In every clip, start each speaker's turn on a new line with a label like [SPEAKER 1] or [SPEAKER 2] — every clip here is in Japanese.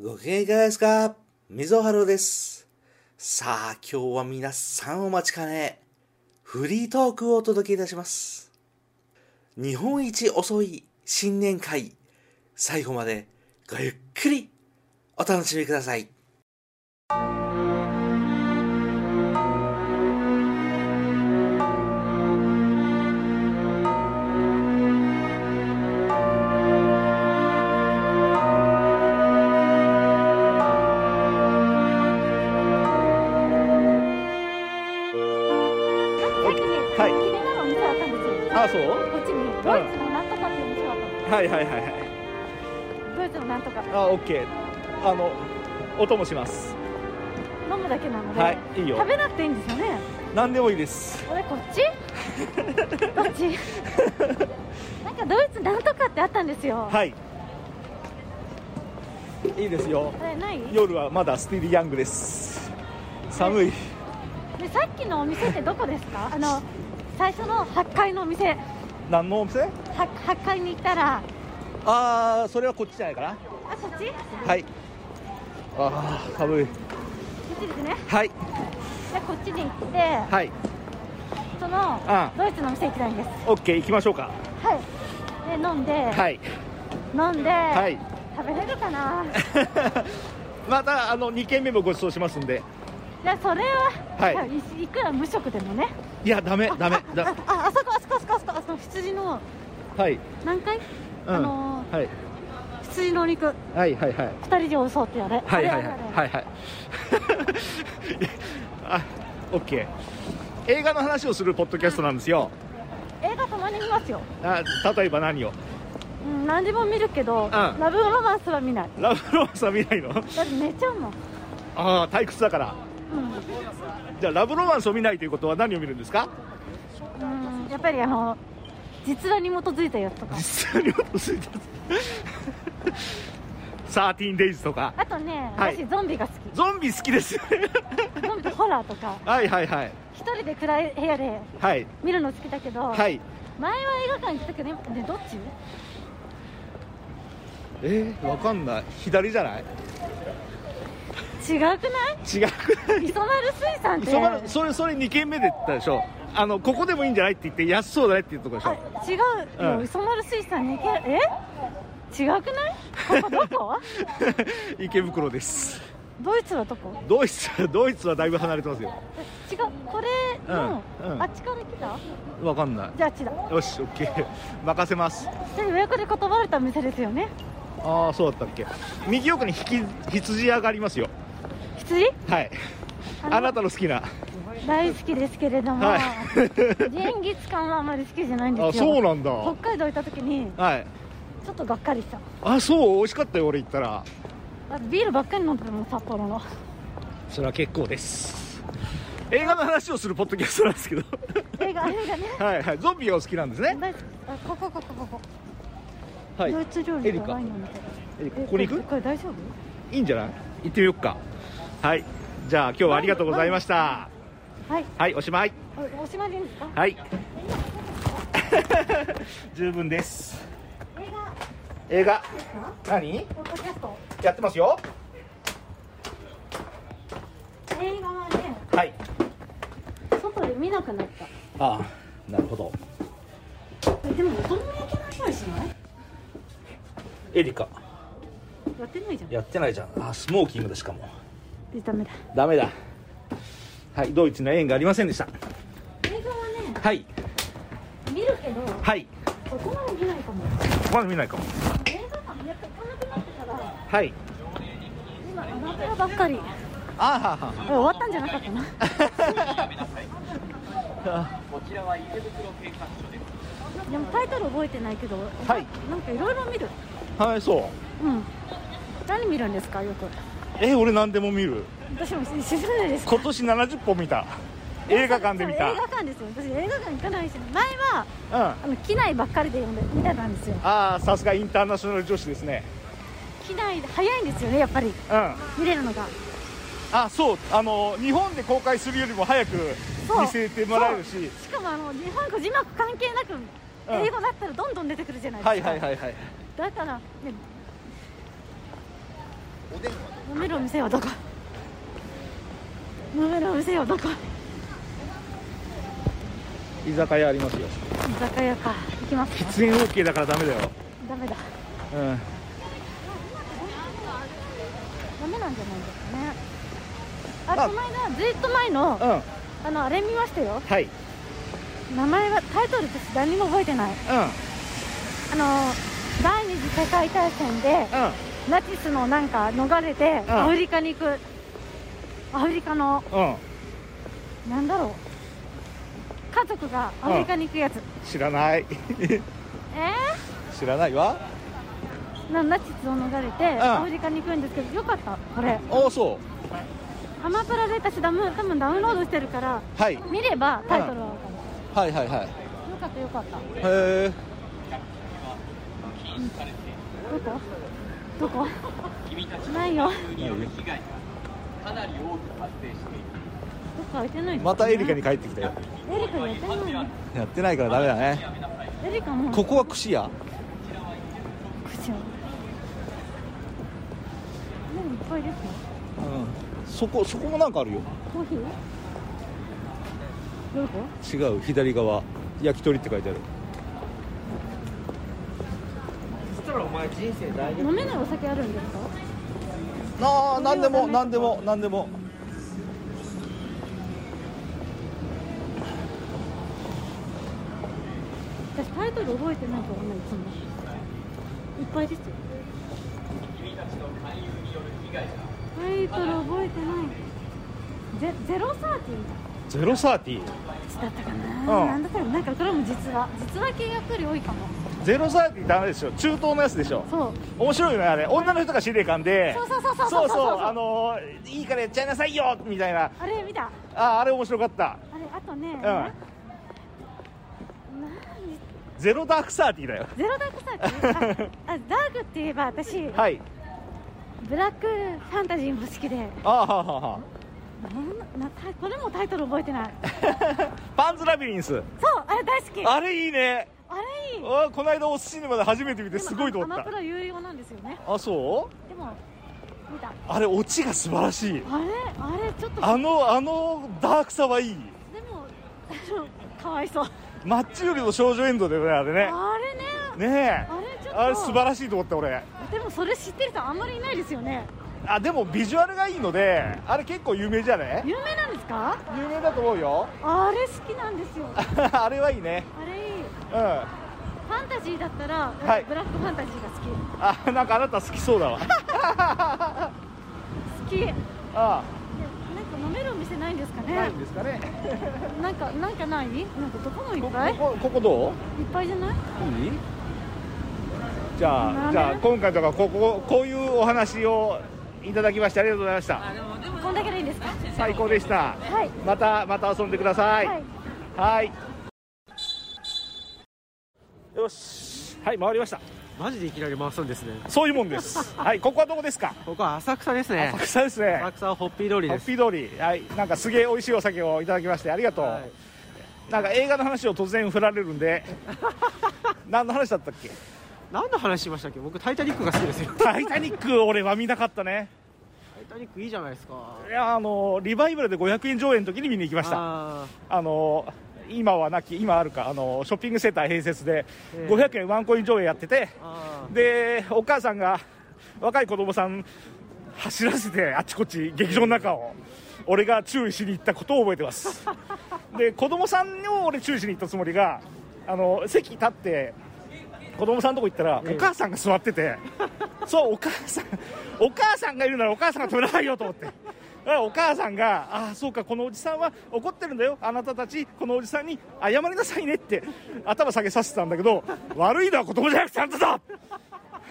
[SPEAKER 1] ご機嫌いかがですか溝春です。さあ、今日は皆さんお待ちかね、フリートークをお届けいたします。日本一遅い新年会、最後までごゆっくりお楽しみください。
[SPEAKER 2] はい
[SPEAKER 3] さっきね、綺麗なお店あったんですよ。
[SPEAKER 2] あそう
[SPEAKER 3] こっちにドイツのなんとかっていうお店があったんで
[SPEAKER 2] はいはいはいはい
[SPEAKER 3] す。ドイツのなんとか。
[SPEAKER 2] あオッケーあの音もします
[SPEAKER 3] 飲むだけなので、
[SPEAKER 2] はいいいよ
[SPEAKER 3] 食べなくていいんですよね。
[SPEAKER 2] 何でもいいです
[SPEAKER 3] 俺こっち？どっ ち？なんかドイツなんとかってあったんですよ。
[SPEAKER 2] はいいいですよ
[SPEAKER 3] あれない？で
[SPEAKER 2] 夜はまだスティールヤングです寒い
[SPEAKER 3] さっきのお店ってどこですか？あの最初の8階のお店。
[SPEAKER 2] 何のお店
[SPEAKER 3] 8, 8階に行ったら、あ
[SPEAKER 2] ああそれはこっちじゃないかな
[SPEAKER 3] そっち？
[SPEAKER 2] はいああ寒い
[SPEAKER 3] こっちですね。
[SPEAKER 2] はい
[SPEAKER 3] じゃあこっちに行って、
[SPEAKER 2] はい
[SPEAKER 3] その
[SPEAKER 2] うん
[SPEAKER 3] ドイツのお店行きたいんです。
[SPEAKER 2] オッケー行きましょうか
[SPEAKER 3] はい。で飲んで、
[SPEAKER 2] はい
[SPEAKER 3] 飲んで。
[SPEAKER 2] はい
[SPEAKER 3] 食べれるかな
[SPEAKER 2] またあの2軒目もご馳走しますんで
[SPEAKER 3] じゃあそれは、
[SPEAKER 2] はい
[SPEAKER 3] いい、くら無職でもね
[SPEAKER 2] いやダメダメだ
[SPEAKER 3] あああそこあそこあそこあそこあそこ羊の
[SPEAKER 2] はい、
[SPEAKER 3] 何回、
[SPEAKER 2] うん
[SPEAKER 3] あの
[SPEAKER 2] はい
[SPEAKER 3] ー羊のお肉
[SPEAKER 2] はいはいはい
[SPEAKER 3] 二人で襲うってやれ
[SPEAKER 2] はいはいはい
[SPEAKER 3] い
[SPEAKER 2] はいはい あオッケー映画の話をするポッドキャストなんですよ
[SPEAKER 3] 映画たまに見ますよ、
[SPEAKER 2] あ例えば何を
[SPEAKER 3] うん、何時も見るけど、
[SPEAKER 2] ん
[SPEAKER 3] ラブロマンスは見ない
[SPEAKER 2] ラブロマンスは見ないの
[SPEAKER 3] だって寝ちゃうもん、
[SPEAKER 2] ああ退屈だから
[SPEAKER 3] う
[SPEAKER 2] じゃあラブロマンスを見ないということは何を見るんですか
[SPEAKER 3] んうん、やっぱりあの実話に基づいたやつとか
[SPEAKER 2] 実際に落とすい た13 days とか
[SPEAKER 3] あとね、
[SPEAKER 2] はい
[SPEAKER 3] 私ゾンビが好
[SPEAKER 2] ゾンビ好きですよね
[SPEAKER 3] きゾンビホラーとか
[SPEAKER 2] はいはいはい
[SPEAKER 3] 一人で暗い部屋で
[SPEAKER 2] はい
[SPEAKER 3] 見るの好きだけど、
[SPEAKER 2] はい
[SPEAKER 3] 前は映画館行ってたけど今ねどっち
[SPEAKER 2] えー、わかんない左じゃない
[SPEAKER 3] 違くない
[SPEAKER 2] 違くない
[SPEAKER 3] 磯丸水産って
[SPEAKER 2] そばのそれそれ2軒目で言ったでしょあのここでもいいんじゃないって言って安そうだねって言うとこでし
[SPEAKER 3] あ
[SPEAKER 2] ょ
[SPEAKER 3] 違うよ、
[SPEAKER 2] うん
[SPEAKER 3] 磯丸水産に行けえ違くないここど こ
[SPEAKER 2] 池袋です
[SPEAKER 3] ドイツはどこ
[SPEAKER 2] ドイツドイツはだいぶ離れてますよ
[SPEAKER 3] 違うこれの、
[SPEAKER 2] うんうん
[SPEAKER 3] あっちから来た
[SPEAKER 2] わかんない
[SPEAKER 3] じゃああっちだ
[SPEAKER 2] よしオッケー任せます
[SPEAKER 3] で予約で断られたお店ですよね
[SPEAKER 2] ああそうだったっけ右奥に引き羊屋がありますよ
[SPEAKER 3] 羊
[SPEAKER 2] はい
[SPEAKER 3] あの
[SPEAKER 2] あなたの好きな
[SPEAKER 3] 大好きですけれども、
[SPEAKER 2] は
[SPEAKER 3] ジンギスカンはあまり好きじゃないん
[SPEAKER 2] あ
[SPEAKER 3] ですよ
[SPEAKER 2] そうなんだ
[SPEAKER 3] 北海道行った時に
[SPEAKER 2] はい
[SPEAKER 3] ちょっとがっかりした
[SPEAKER 2] あそう美味しかったよ俺行ったら
[SPEAKER 3] あビールばっかり飲んでるもん札幌の
[SPEAKER 2] それは結構です映画の話をするポッドキャストなんですけど
[SPEAKER 3] 映画映画ね
[SPEAKER 2] はいはいゾンビがお好きなんですね
[SPEAKER 3] 大好きあここここここ
[SPEAKER 2] はい
[SPEAKER 3] ドイツ料
[SPEAKER 2] エ
[SPEAKER 3] 理
[SPEAKER 2] リ
[SPEAKER 3] とワ
[SPEAKER 2] カ
[SPEAKER 3] インの店
[SPEAKER 2] エリカここに行く
[SPEAKER 3] これ大丈夫
[SPEAKER 2] いいんじゃない行ってみよっかはいじゃあ今日はありがとうございました
[SPEAKER 3] はい
[SPEAKER 2] はいおしまい
[SPEAKER 3] おおしまいでいいんですか
[SPEAKER 2] はい 十分です
[SPEAKER 3] 映画
[SPEAKER 2] 映画何
[SPEAKER 3] ポッドキャスト
[SPEAKER 2] やってますよ
[SPEAKER 3] 映画はね
[SPEAKER 2] はい
[SPEAKER 3] 外で見なくなった
[SPEAKER 2] ああなるほど
[SPEAKER 3] えでもそんなやってないしない
[SPEAKER 1] エリカ、
[SPEAKER 3] やってないじゃん
[SPEAKER 1] やってないじゃん。あ、スモーキングでしかも。
[SPEAKER 3] えダメだ
[SPEAKER 2] ダメだはいドイツの縁がありませんでした
[SPEAKER 3] 映画はね
[SPEAKER 2] はい
[SPEAKER 3] 見るけど
[SPEAKER 2] はい
[SPEAKER 3] そこまで見ないかも
[SPEAKER 2] まだ見ないかも
[SPEAKER 3] 映画館やっぱ行かなくなってから
[SPEAKER 2] はい
[SPEAKER 3] 今アマプラばっかり
[SPEAKER 2] あーはーはー
[SPEAKER 3] え終わったんじゃなかったなでもタイトル覚えてないけどはいなんかいろいろ見る
[SPEAKER 2] はいそう
[SPEAKER 3] うん何見るんですかよく
[SPEAKER 2] え俺何でも見る
[SPEAKER 3] 私も知らないです
[SPEAKER 2] 今年70本見た映画館で見た
[SPEAKER 3] 映画館ですよ私映画館行かないし前は
[SPEAKER 2] うん
[SPEAKER 3] あの機内ばっかりで読んで見てたんですよ
[SPEAKER 2] ああさすがインターナショナル女子ですね
[SPEAKER 3] 機内で早いんですよねやっぱり
[SPEAKER 2] うん
[SPEAKER 3] 見れるのが
[SPEAKER 2] あそうあの日本で公開するよりも早く
[SPEAKER 3] そう
[SPEAKER 2] 見せてもらえるし
[SPEAKER 3] しかもあの日本語字幕関係なく英語だったらどんどん出てくるじゃないですか、
[SPEAKER 2] はいはいはいはい
[SPEAKER 3] だから、ね、
[SPEAKER 4] おでんは
[SPEAKER 3] 飲めるお店はどこ飲めるお店はどこ
[SPEAKER 5] 居酒屋ありますよ
[SPEAKER 3] 居酒屋か行きます
[SPEAKER 5] 喫煙 OK だからダメだよ
[SPEAKER 3] ダメだ
[SPEAKER 5] うん
[SPEAKER 3] ダメなんじゃないですかねあれこの間ずっと前の
[SPEAKER 5] うん
[SPEAKER 3] あのあれ見ましたよ
[SPEAKER 5] はいうん
[SPEAKER 3] 名前はタイトル私何も覚えてないあの第二次世界大戦でナチスのなんか逃れて
[SPEAKER 5] ん
[SPEAKER 3] アフリカに行くアフリカの
[SPEAKER 5] うんうん
[SPEAKER 3] なんだろう家族がアフリカに行くやつ
[SPEAKER 5] 知らない
[SPEAKER 3] え
[SPEAKER 5] 知らないわ
[SPEAKER 3] ー、なナチスを逃れて
[SPEAKER 5] ん
[SPEAKER 3] アフリカに行くんですけどよかったこれ
[SPEAKER 5] ああそ
[SPEAKER 3] アマプラで私ダム多分ダウンロードしてるから
[SPEAKER 5] うはい
[SPEAKER 3] 見ればタイトルは分か
[SPEAKER 5] はいはいはいへ
[SPEAKER 3] るよかったよかった
[SPEAKER 5] え
[SPEAKER 3] どこどこないよどっか開いてない
[SPEAKER 5] またエリカに
[SPEAKER 3] か
[SPEAKER 5] 帰ってきたよ
[SPEAKER 3] エリカやってないね
[SPEAKER 5] やってないからダメだね
[SPEAKER 3] エリカも
[SPEAKER 5] ここは串屋
[SPEAKER 3] 口を何いっぱいですね
[SPEAKER 5] うんそこそこもなんかあるよ
[SPEAKER 3] コーヒーどこ
[SPEAKER 5] 違う左側焼き鳥って書いてある
[SPEAKER 3] 飲めないお酒あるんですか
[SPEAKER 5] ああ何でも
[SPEAKER 3] これはダ
[SPEAKER 5] 何
[SPEAKER 3] メ
[SPEAKER 5] でも何でも
[SPEAKER 3] 私タイトル覚えてないからねいつもいっぱいですよタイトル覚えてないゼゼロサーティー
[SPEAKER 5] ゼロサーティ
[SPEAKER 3] だったかな、
[SPEAKER 5] うん
[SPEAKER 3] なんだかなんかこれも実は実は系が来る多いかも
[SPEAKER 5] ゼロサーティダメでしょ中東のやつでしょ
[SPEAKER 3] そう
[SPEAKER 5] 面白いよねあれ女の人が司令官で
[SPEAKER 3] そうそうそうそう
[SPEAKER 5] そ
[SPEAKER 3] そうう
[SPEAKER 5] そうあのーいいからやっちゃいなさいよみたいな
[SPEAKER 3] あれ見たあ
[SPEAKER 5] あーあれ面白かった
[SPEAKER 3] れあとね、
[SPEAKER 5] ん
[SPEAKER 3] な
[SPEAKER 5] ゼロダークサーティだよ
[SPEAKER 3] ゼロダークサー ティーああダークって言えば私、
[SPEAKER 5] はい
[SPEAKER 3] ブラックファンタジーも好きでなん
[SPEAKER 5] ああはーはーは
[SPEAKER 3] なタイこれもタイトル覚えてない
[SPEAKER 5] ーパンズラビリンス
[SPEAKER 3] そうあれ大好きあ
[SPEAKER 5] あれいいね
[SPEAKER 3] れいい
[SPEAKER 5] あーこの間お寿司にまで初めて見てすごいと
[SPEAKER 3] でも
[SPEAKER 5] 思っ
[SPEAKER 3] アマプ
[SPEAKER 5] た
[SPEAKER 3] ラ有料なんですよね
[SPEAKER 5] あそう
[SPEAKER 3] でも見た
[SPEAKER 5] あれオチが素晴らしい
[SPEAKER 3] あれあれちょっと
[SPEAKER 5] あのあのダークさはいい
[SPEAKER 3] でも あのかわいそう
[SPEAKER 5] マッチ売りの少女エンドだよねあれね
[SPEAKER 3] あれね
[SPEAKER 5] ね
[SPEAKER 3] あれちょ
[SPEAKER 5] え
[SPEAKER 3] っと
[SPEAKER 5] あれ素晴らしいと思った俺
[SPEAKER 3] でもそれ知ってる人あんまりいないですよね
[SPEAKER 5] あでもビジュアルがいいのであれ結構有名じゃね
[SPEAKER 3] 有名なんですか
[SPEAKER 5] 有名だと思うよ
[SPEAKER 3] あれ好きなんですよあ
[SPEAKER 5] あれはいいね
[SPEAKER 3] れいい
[SPEAKER 5] うんあ
[SPEAKER 3] ファンタジーだったら、
[SPEAKER 5] はい
[SPEAKER 3] ブラックファンタジーが好き
[SPEAKER 5] なんかあなた好きそうだわ
[SPEAKER 3] 好きでなん
[SPEAKER 5] あ
[SPEAKER 3] か飲めるお店ないんですか
[SPEAKER 5] あ
[SPEAKER 3] ね
[SPEAKER 5] ないんですかね
[SPEAKER 3] なんかなんかないなんかどこもい
[SPEAKER 5] こ
[SPEAKER 3] っぱいいっ
[SPEAKER 5] こここどう
[SPEAKER 3] ぱいじゃない
[SPEAKER 5] いいじゃ
[SPEAKER 3] な
[SPEAKER 5] あ
[SPEAKER 3] ん
[SPEAKER 5] じ
[SPEAKER 3] で
[SPEAKER 5] ゃあ今回とかこここういうお話をいただきましてありがとうございました
[SPEAKER 3] こんだけでいいんですか
[SPEAKER 5] 最高でし
[SPEAKER 3] は
[SPEAKER 5] た
[SPEAKER 3] い
[SPEAKER 5] またまた遊んでください
[SPEAKER 3] はい
[SPEAKER 5] はいよしはい回りました
[SPEAKER 6] マジでいきなり回すんですね。
[SPEAKER 5] そういうもんです はいここはどこですか
[SPEAKER 6] ここは浅草ですね
[SPEAKER 5] 浅。草ですね
[SPEAKER 6] 浅草はホッピー通り
[SPEAKER 5] ハ
[SPEAKER 6] で
[SPEAKER 5] ッ
[SPEAKER 6] す。
[SPEAKER 5] ピー通りはいなんかすげえ美味しいお酒をいただきましてありがとう、
[SPEAKER 6] はい
[SPEAKER 5] なんか映画の話を突然振られるん で何の話だったっけ
[SPEAKER 6] 何の話しましたっけ？僕タイタニックが好きですよ。
[SPEAKER 5] 「タイタニック」俺は見なかったね
[SPEAKER 6] タイタニックいいじゃないですか。
[SPEAKER 5] いやあのリバイバルで500円上映の時に見に行きました
[SPEAKER 6] あ
[SPEAKER 5] あの今はなき今あるかあのショッピングセンター併設で
[SPEAKER 6] ええ
[SPEAKER 5] 500円ワンコイン上映やってて
[SPEAKER 6] ーあ
[SPEAKER 5] でお母さんが若い子供さん走らせてあっちこっち劇場の中を俺が注意しに行ったことを覚えてますで子供さんを俺注意しに行ったつもりがあの席立って子供さんのとこ行ったらお母さんが座ってて、そうお母さんお母さんがいるならお母さんが止めなさいよと思ってだからお母さんが「ああそうかこのおじさんは怒ってるんだよあなたたちこのおじさんに謝りなさいね」って頭下げさせてたんだけど悪いのは子供じゃなくてあんただ、はあ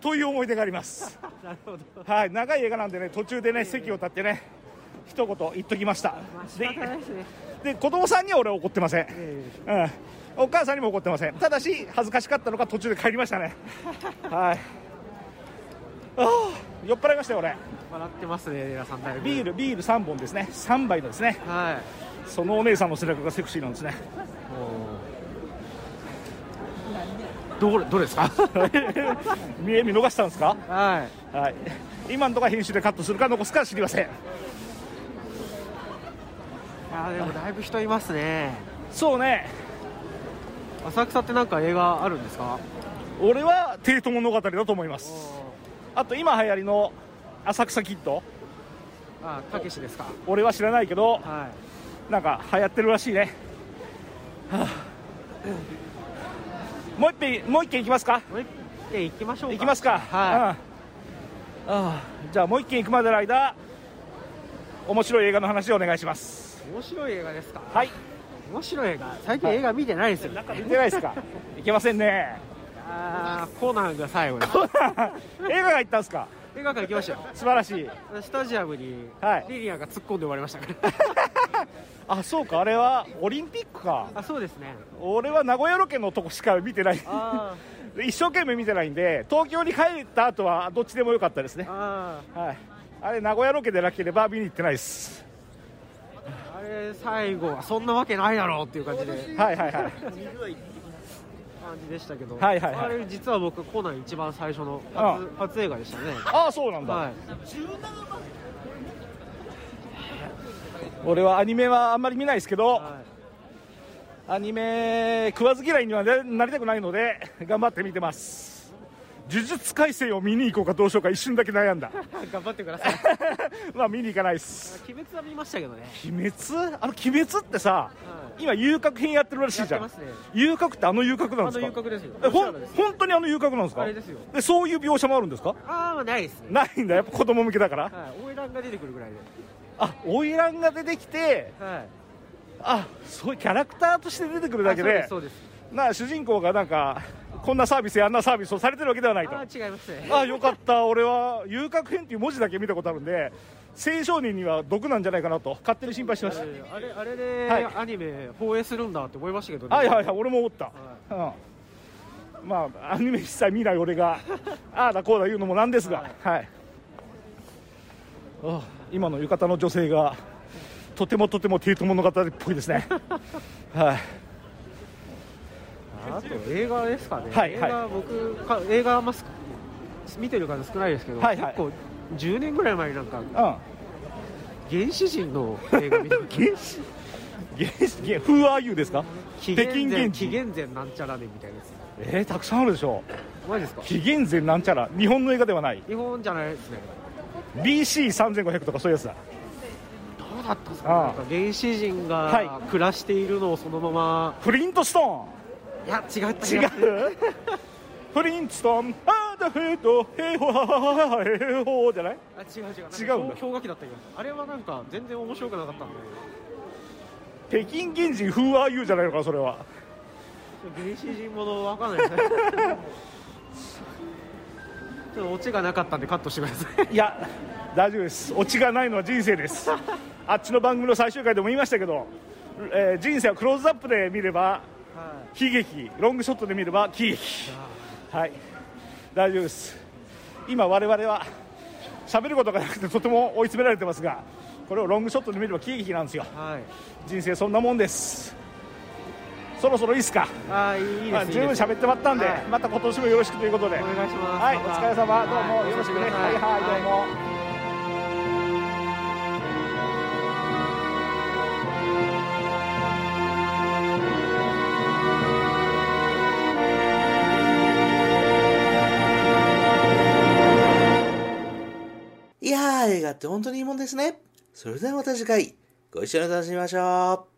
[SPEAKER 5] という思い出があります
[SPEAKER 6] あ、なるほど。
[SPEAKER 5] はい長い映画なんでね途中でね席を立ってね一言言っときましたで
[SPEAKER 6] 仕方ないですね。
[SPEAKER 5] で子供さんには俺は怒ってません、
[SPEAKER 6] え
[SPEAKER 5] うん、お母さんにも怒ってませんただし恥ずかしかったのか途中で帰りましたねはいああ酔っ払いましたよ俺
[SPEAKER 6] 笑ってますね、エラさんだいぶ。
[SPEAKER 5] ビールビール3本ですね3杯のですね
[SPEAKER 6] は
[SPEAKER 5] そのお姉さんの背中がセクシーなんですね
[SPEAKER 6] い。もうどれどれですか？
[SPEAKER 5] 見え見逃したんですか
[SPEAKER 6] は
[SPEAKER 5] はい今のところは編集でカットするか残すかは知りません
[SPEAKER 6] やーでもだいぶ人いますね
[SPEAKER 5] そうね
[SPEAKER 6] 浅草ってなんか映画あるんですか
[SPEAKER 5] 俺は帝都物語だと思いますあと今流行りの浅草キッド
[SPEAKER 6] あたけしですか
[SPEAKER 5] 俺は知らないけど
[SPEAKER 6] は
[SPEAKER 5] なんか流行ってるらしいね、はあもう一軒もう一軒行きますか
[SPEAKER 6] いもう一軒行きましょうか
[SPEAKER 5] 行きますか
[SPEAKER 6] は
[SPEAKER 5] うんああじゃあもう一軒行くまでの間面白い映画の話をお願いします
[SPEAKER 6] い面白い映画ですか
[SPEAKER 5] はい
[SPEAKER 6] 面白い映画最近映画見てないですよ、ね
[SPEAKER 5] なんか見てないです かいけませんね
[SPEAKER 6] あーコナンが最後に
[SPEAKER 5] こんな映画が行ったんですか
[SPEAKER 6] 映画館行きましたよ
[SPEAKER 5] 素晴らしい
[SPEAKER 6] スタジアムに
[SPEAKER 5] はい
[SPEAKER 6] リリアが突っ込んで終わりましたから、
[SPEAKER 5] あそうかあれはオリンピックか
[SPEAKER 6] あそうですね
[SPEAKER 5] 俺は名古屋ロケのとこしか見てない
[SPEAKER 6] あ
[SPEAKER 5] 一生懸命見てないんで東京に帰った後はどっちでもよかったですね
[SPEAKER 6] ーあ
[SPEAKER 5] はいあれ名古屋ロケでなければ見に行ってないです
[SPEAKER 6] ーあれ最後はそんなわけないだろうっていう感じで
[SPEAKER 5] はいはいはい
[SPEAKER 6] 感じでしたけど、
[SPEAKER 5] はいはいはい
[SPEAKER 6] あれ実は僕コナン一番最初の初初映画でしたね
[SPEAKER 5] ああそうなんだ、
[SPEAKER 6] はい
[SPEAKER 5] 俺はアニメはあんまり見ないですけど、
[SPEAKER 6] はい
[SPEAKER 5] アニメ食わず嫌いにはななりたくないので頑張って見てます呪術廻戦を見に行こうかどうしようか一瞬だけ悩んだ
[SPEAKER 6] 頑張ってください
[SPEAKER 5] まあ見に行かないです
[SPEAKER 6] 鬼滅は見ましたけどね
[SPEAKER 5] 鬼滅あの鬼滅ってさ
[SPEAKER 6] は
[SPEAKER 5] 今遊郭編やってるらしいじゃ
[SPEAKER 6] や
[SPEAKER 5] ん、
[SPEAKER 6] ってますね
[SPEAKER 5] 遊郭ってあの遊郭なん
[SPEAKER 6] あ
[SPEAKER 5] です
[SPEAKER 6] の
[SPEAKER 5] か
[SPEAKER 6] 遊郭ですよ
[SPEAKER 5] え
[SPEAKER 6] ロシ
[SPEAKER 5] ほ
[SPEAKER 6] ア
[SPEAKER 5] ん
[SPEAKER 6] のですよ
[SPEAKER 5] 本当にあの遊郭なんですか
[SPEAKER 6] あれですよ
[SPEAKER 5] でそういう描写もあるんですか
[SPEAKER 6] ああないですね
[SPEAKER 5] ないんだやっぱ子供向けだから
[SPEAKER 6] はい花魁が出てくるぐらいで
[SPEAKER 5] あ花魁が出てきて
[SPEAKER 6] はい
[SPEAKER 5] あそういうキャラクターとして出てくるだけで
[SPEAKER 6] あそうです
[SPEAKER 5] なあ主人公がなんかこんなサービスやあんなサービスをされてるわけではない
[SPEAKER 6] そう
[SPEAKER 5] と
[SPEAKER 6] ですあー違いますね
[SPEAKER 5] あよかった俺は遊郭編っていう文字だけ見たことあるんで青少年には毒なんじゃないかなと勝手に心配してました
[SPEAKER 6] あれあれで、
[SPEAKER 5] はい
[SPEAKER 6] アニメ放映するんだって思いましたけどね
[SPEAKER 5] はいはいはい俺も思った、うん、まあアニメ一切見ない俺 がああだこうだ言うのもなんですがはい、ああ今の浴衣の女性がとてもとても帝都物語っぽいです ねはい
[SPEAKER 6] あと映画ですかね、
[SPEAKER 5] はいはい
[SPEAKER 6] 映画僕か映画あんま好き見てる数少ないですけど、
[SPEAKER 5] はいはい
[SPEAKER 6] 結構10年ぐらい前になんか
[SPEAKER 5] うん原
[SPEAKER 6] 原始人の映画見て
[SPEAKER 5] 始原始原 Who are you ですか
[SPEAKER 6] 紀
[SPEAKER 5] 北京
[SPEAKER 6] 元
[SPEAKER 5] 原
[SPEAKER 6] 前
[SPEAKER 5] 人
[SPEAKER 6] 紀元前なんちゃらねみたいなやつ
[SPEAKER 5] えー、たくさんあるでしょ
[SPEAKER 6] マジですか
[SPEAKER 5] 紀元前なんちゃら日本の映画ではない
[SPEAKER 6] 日本じゃないですね
[SPEAKER 5] BC3500 とかそういうやつだ
[SPEAKER 6] どうだったんです
[SPEAKER 5] ああ
[SPEAKER 6] かなんか原始人
[SPEAKER 5] は
[SPEAKER 6] が暮らしているのをそのまま
[SPEAKER 5] フリントスト
[SPEAKER 6] いや違った
[SPEAKER 5] ーン違 うフリントストーンあーだへとへほははははへほーじゃない
[SPEAKER 6] あ違う違う
[SPEAKER 5] 違うんだ
[SPEAKER 6] なんか氷河期だったけどあれはなんか全然面白くなかったんで
[SPEAKER 5] 北京原人 Who are you じゃないのかそれは
[SPEAKER 6] 原始人ものわかんないですねちょっとオチがなかったんでカットしてください
[SPEAKER 5] いや大丈夫ですオチがないのは人生です あっちの番組の最終回でも言いましたけど、えー人生はクローズアップで見れば悲劇ロングショットで見れば喜劇はい大丈夫です今我々は喋ることがなくてとても追い詰められてますがこれをロングショットで見れば喜劇なんですよ
[SPEAKER 6] はい
[SPEAKER 5] 人生そんなもんですそろそろいいっすか
[SPEAKER 6] ああいいですいい
[SPEAKER 5] まあ、
[SPEAKER 6] です
[SPEAKER 5] 十分喋ってまったんで、
[SPEAKER 6] はい
[SPEAKER 5] また今年もよろしくということで
[SPEAKER 6] お願いします
[SPEAKER 5] はい、お
[SPEAKER 6] また
[SPEAKER 5] 疲れ様、どう
[SPEAKER 6] は
[SPEAKER 5] も
[SPEAKER 6] い
[SPEAKER 5] よろしくね。
[SPEAKER 6] お
[SPEAKER 5] はい
[SPEAKER 6] 越しください
[SPEAKER 5] はい、どうも。
[SPEAKER 2] いやー、映画って本当にいいもんですね。それではまた次回、ご一緒に楽しみましょう。